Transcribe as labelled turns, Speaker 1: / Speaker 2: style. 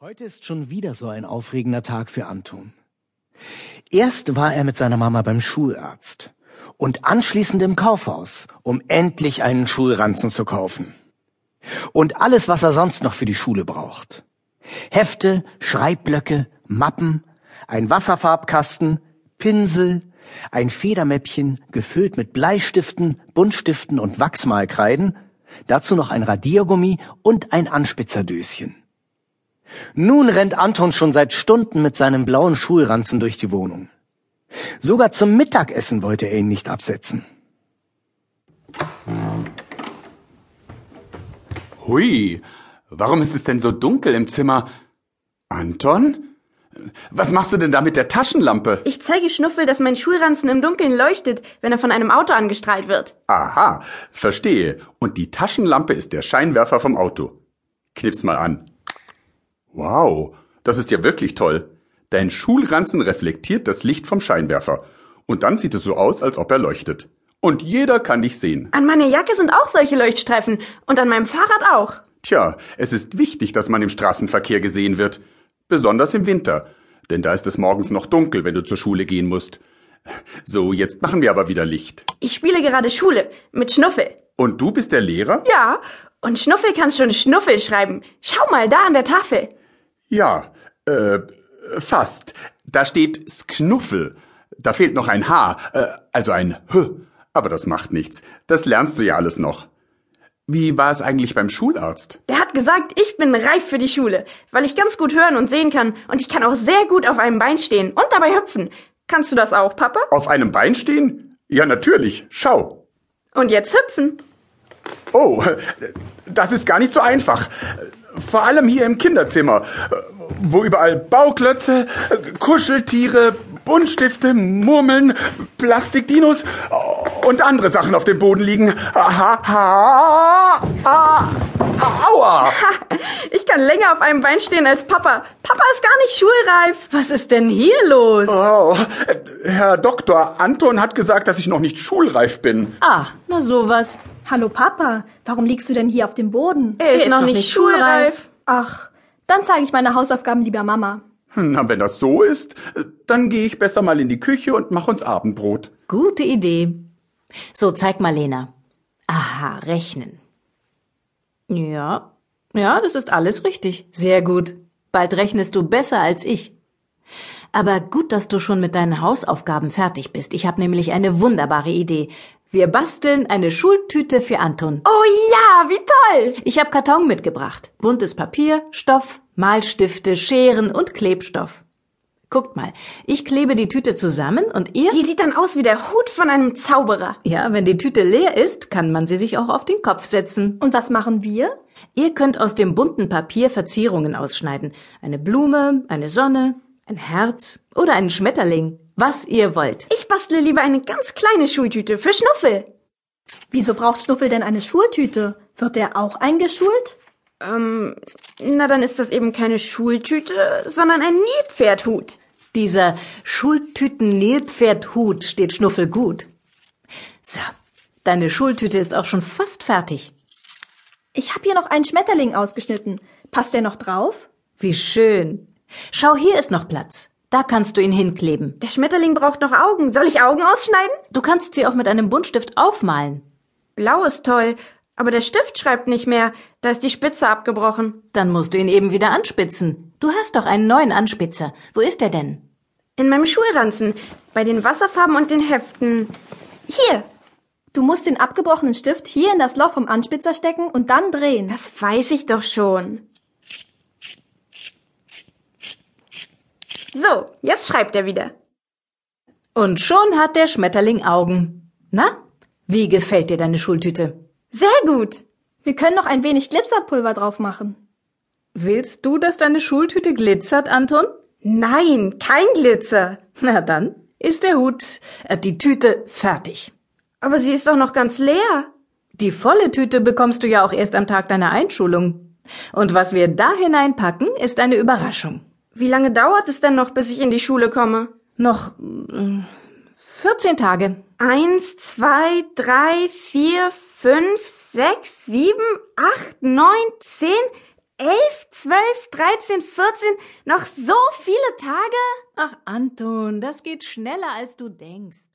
Speaker 1: Heute ist schon wieder so ein aufregender Tag für Anton. Erst war er mit seiner Mama beim Schularzt und anschließend im Kaufhaus, um endlich einen Schulranzen zu kaufen. Und alles, was er sonst noch für die Schule braucht. Hefte, Schreibblöcke, Mappen, ein Wasserfarbkasten, Pinsel, ein Federmäppchen, gefüllt mit Bleistiften, Buntstiften und Wachsmalkreiden, dazu noch ein Radiergummi und ein Anspitzerdöschen. Nun rennt Anton schon seit Stunden mit seinem blauen Schulranzen durch die Wohnung. Sogar zum Mittagessen wollte er ihn nicht absetzen.
Speaker 2: Hui, warum ist es denn so dunkel im Zimmer? Anton? Was machst du denn da mit der Taschenlampe?
Speaker 3: Ich zeige Schnuffel, dass mein Schulranzen im Dunkeln leuchtet, wenn er von einem Auto angestrahlt wird.
Speaker 2: Aha, verstehe. Und die Taschenlampe ist der Scheinwerfer vom Auto. Knips mal an. Wow, das ist ja wirklich toll. Dein Schulranzen reflektiert das Licht vom Scheinwerfer. Und dann sieht es so aus, als ob er leuchtet. Und jeder kann dich sehen.
Speaker 3: An meiner Jacke sind auch solche Leuchtstreifen und an meinem Fahrrad auch.
Speaker 2: Tja, es ist wichtig, dass man im Straßenverkehr gesehen wird. Besonders im Winter. Denn da ist es morgens noch dunkel, wenn du zur Schule gehen musst. So, jetzt machen wir aber wieder Licht.
Speaker 3: Ich spiele gerade Schule mit Schnuffel.
Speaker 2: Und du bist der Lehrer?
Speaker 3: Ja, und Schnuffel kann schon Schnuffel schreiben. Schau mal da an der Tafel.
Speaker 2: Ja, äh, fast. Da steht Sknuffel. Da fehlt noch ein H, äh, also ein H. Aber das macht nichts. Das lernst du ja alles noch. Wie war es eigentlich beim Schularzt?
Speaker 3: Der hat gesagt, ich bin reif für die Schule, weil ich ganz gut hören und sehen kann und ich kann auch sehr gut auf einem Bein stehen und dabei hüpfen. Kannst du das auch, Papa?
Speaker 2: Auf einem Bein stehen? Ja, natürlich. Schau.
Speaker 3: Und jetzt hüpfen.
Speaker 2: Oh, das ist gar nicht so einfach. Vor allem hier im Kinderzimmer, wo überall Bauklötze, Kuscheltiere, Buntstifte, Murmeln, Plastikdinos und andere Sachen auf dem Boden liegen. Aha, ha, ha, ha, aua!
Speaker 3: Ich kann länger auf einem Bein stehen als Papa. Papa ist gar nicht schulreif.
Speaker 4: Was ist denn hier los?
Speaker 2: Oh, Herr Doktor, Anton hat gesagt, dass ich noch nicht schulreif bin.
Speaker 4: Ah, na sowas.
Speaker 5: Hallo Papa, warum liegst du denn hier auf dem Boden?
Speaker 3: Er ist, noch, noch, nicht, nicht schulreif. schulreif.
Speaker 5: Ach, dann zeige ich meine Hausaufgaben lieber Mama.
Speaker 2: Hm, Na, wenn das so ist, dann gehe ich besser mal in die Küche und mach uns Abendbrot.
Speaker 4: Gute Idee. So, zeig mal, Lena. Aha, rechnen. Ja, ja, das ist alles richtig. Sehr gut. Bald rechnest du besser als ich. Aber gut, dass du schon mit deinen Hausaufgaben fertig bist. Ich habe nämlich eine wunderbare Idee. Wir basteln eine Schultüte für Anton.
Speaker 3: Oh ja, wie toll!
Speaker 4: Ich habe Karton mitgebracht. Buntes Papier, Stoff, Malstifte, Scheren und Klebstoff. Guckt mal, ich klebe die Tüte zusammen und ihr.
Speaker 3: Die sieht dann aus wie der Hut von einem Zauberer.
Speaker 4: Ja, wenn die Tüte leer ist, kann man sie sich auch auf den Kopf setzen.
Speaker 5: Und was machen wir?
Speaker 4: Ihr könnt aus dem bunten Papier Verzierungen ausschneiden. Eine Blume, eine Sonne, ein Herz oder einen Schmetterling was ihr wollt.
Speaker 3: Ich bastle lieber eine ganz kleine Schultüte für Schnuffel.
Speaker 5: Wieso braucht Schnuffel denn eine Schultüte? Wird er auch eingeschult?
Speaker 3: Ähm, na dann ist das eben keine Schultüte, sondern ein Nilpferdhut.
Speaker 4: Dieser Schultüten-Nilpferdhut steht Schnuffel gut. So, deine Schultüte ist auch schon fast fertig.
Speaker 5: Ich habe hier noch einen Schmetterling ausgeschnitten. Passt der noch drauf?
Speaker 4: Wie schön. Schau, hier ist noch Platz. Da kannst du ihn hinkleben.
Speaker 3: Der Schmetterling braucht noch Augen. Soll ich Augen ausschneiden?
Speaker 4: Du kannst sie auch mit einem Buntstift aufmalen.
Speaker 3: Blau ist toll, aber der Stift schreibt nicht mehr. Da ist die Spitze abgebrochen.
Speaker 4: Dann musst du ihn eben wieder anspitzen. Du hast doch einen neuen Anspitzer. Wo ist er denn?
Speaker 3: In meinem Schulranzen, bei den Wasserfarben und den Heften. Hier.
Speaker 5: Du musst den abgebrochenen Stift hier in das Loch vom Anspitzer stecken und dann drehen.
Speaker 3: Das weiß ich doch schon. So, jetzt schreibt er wieder.
Speaker 4: Und schon hat der Schmetterling Augen. Na, wie gefällt dir deine Schultüte?
Speaker 3: Sehr gut.
Speaker 5: Wir können noch ein wenig Glitzerpulver drauf machen.
Speaker 4: Willst du, dass deine Schultüte glitzert, Anton?
Speaker 3: Nein, kein Glitzer.
Speaker 4: Na dann ist der Hut, äh, die Tüte fertig.
Speaker 3: Aber sie ist doch noch ganz leer.
Speaker 4: Die volle Tüte bekommst du ja auch erst am Tag deiner Einschulung. Und was wir da hineinpacken, ist eine Überraschung.
Speaker 3: Wie lange dauert es denn noch, bis ich in die Schule komme?
Speaker 4: Noch 14 Tage.
Speaker 3: Eins, zwei, drei, vier, fünf, sechs, sieben, acht, neun, zehn, elf, zwölf, dreizehn, vierzehn, noch so viele Tage?
Speaker 4: Ach, Anton, das geht schneller, als du denkst.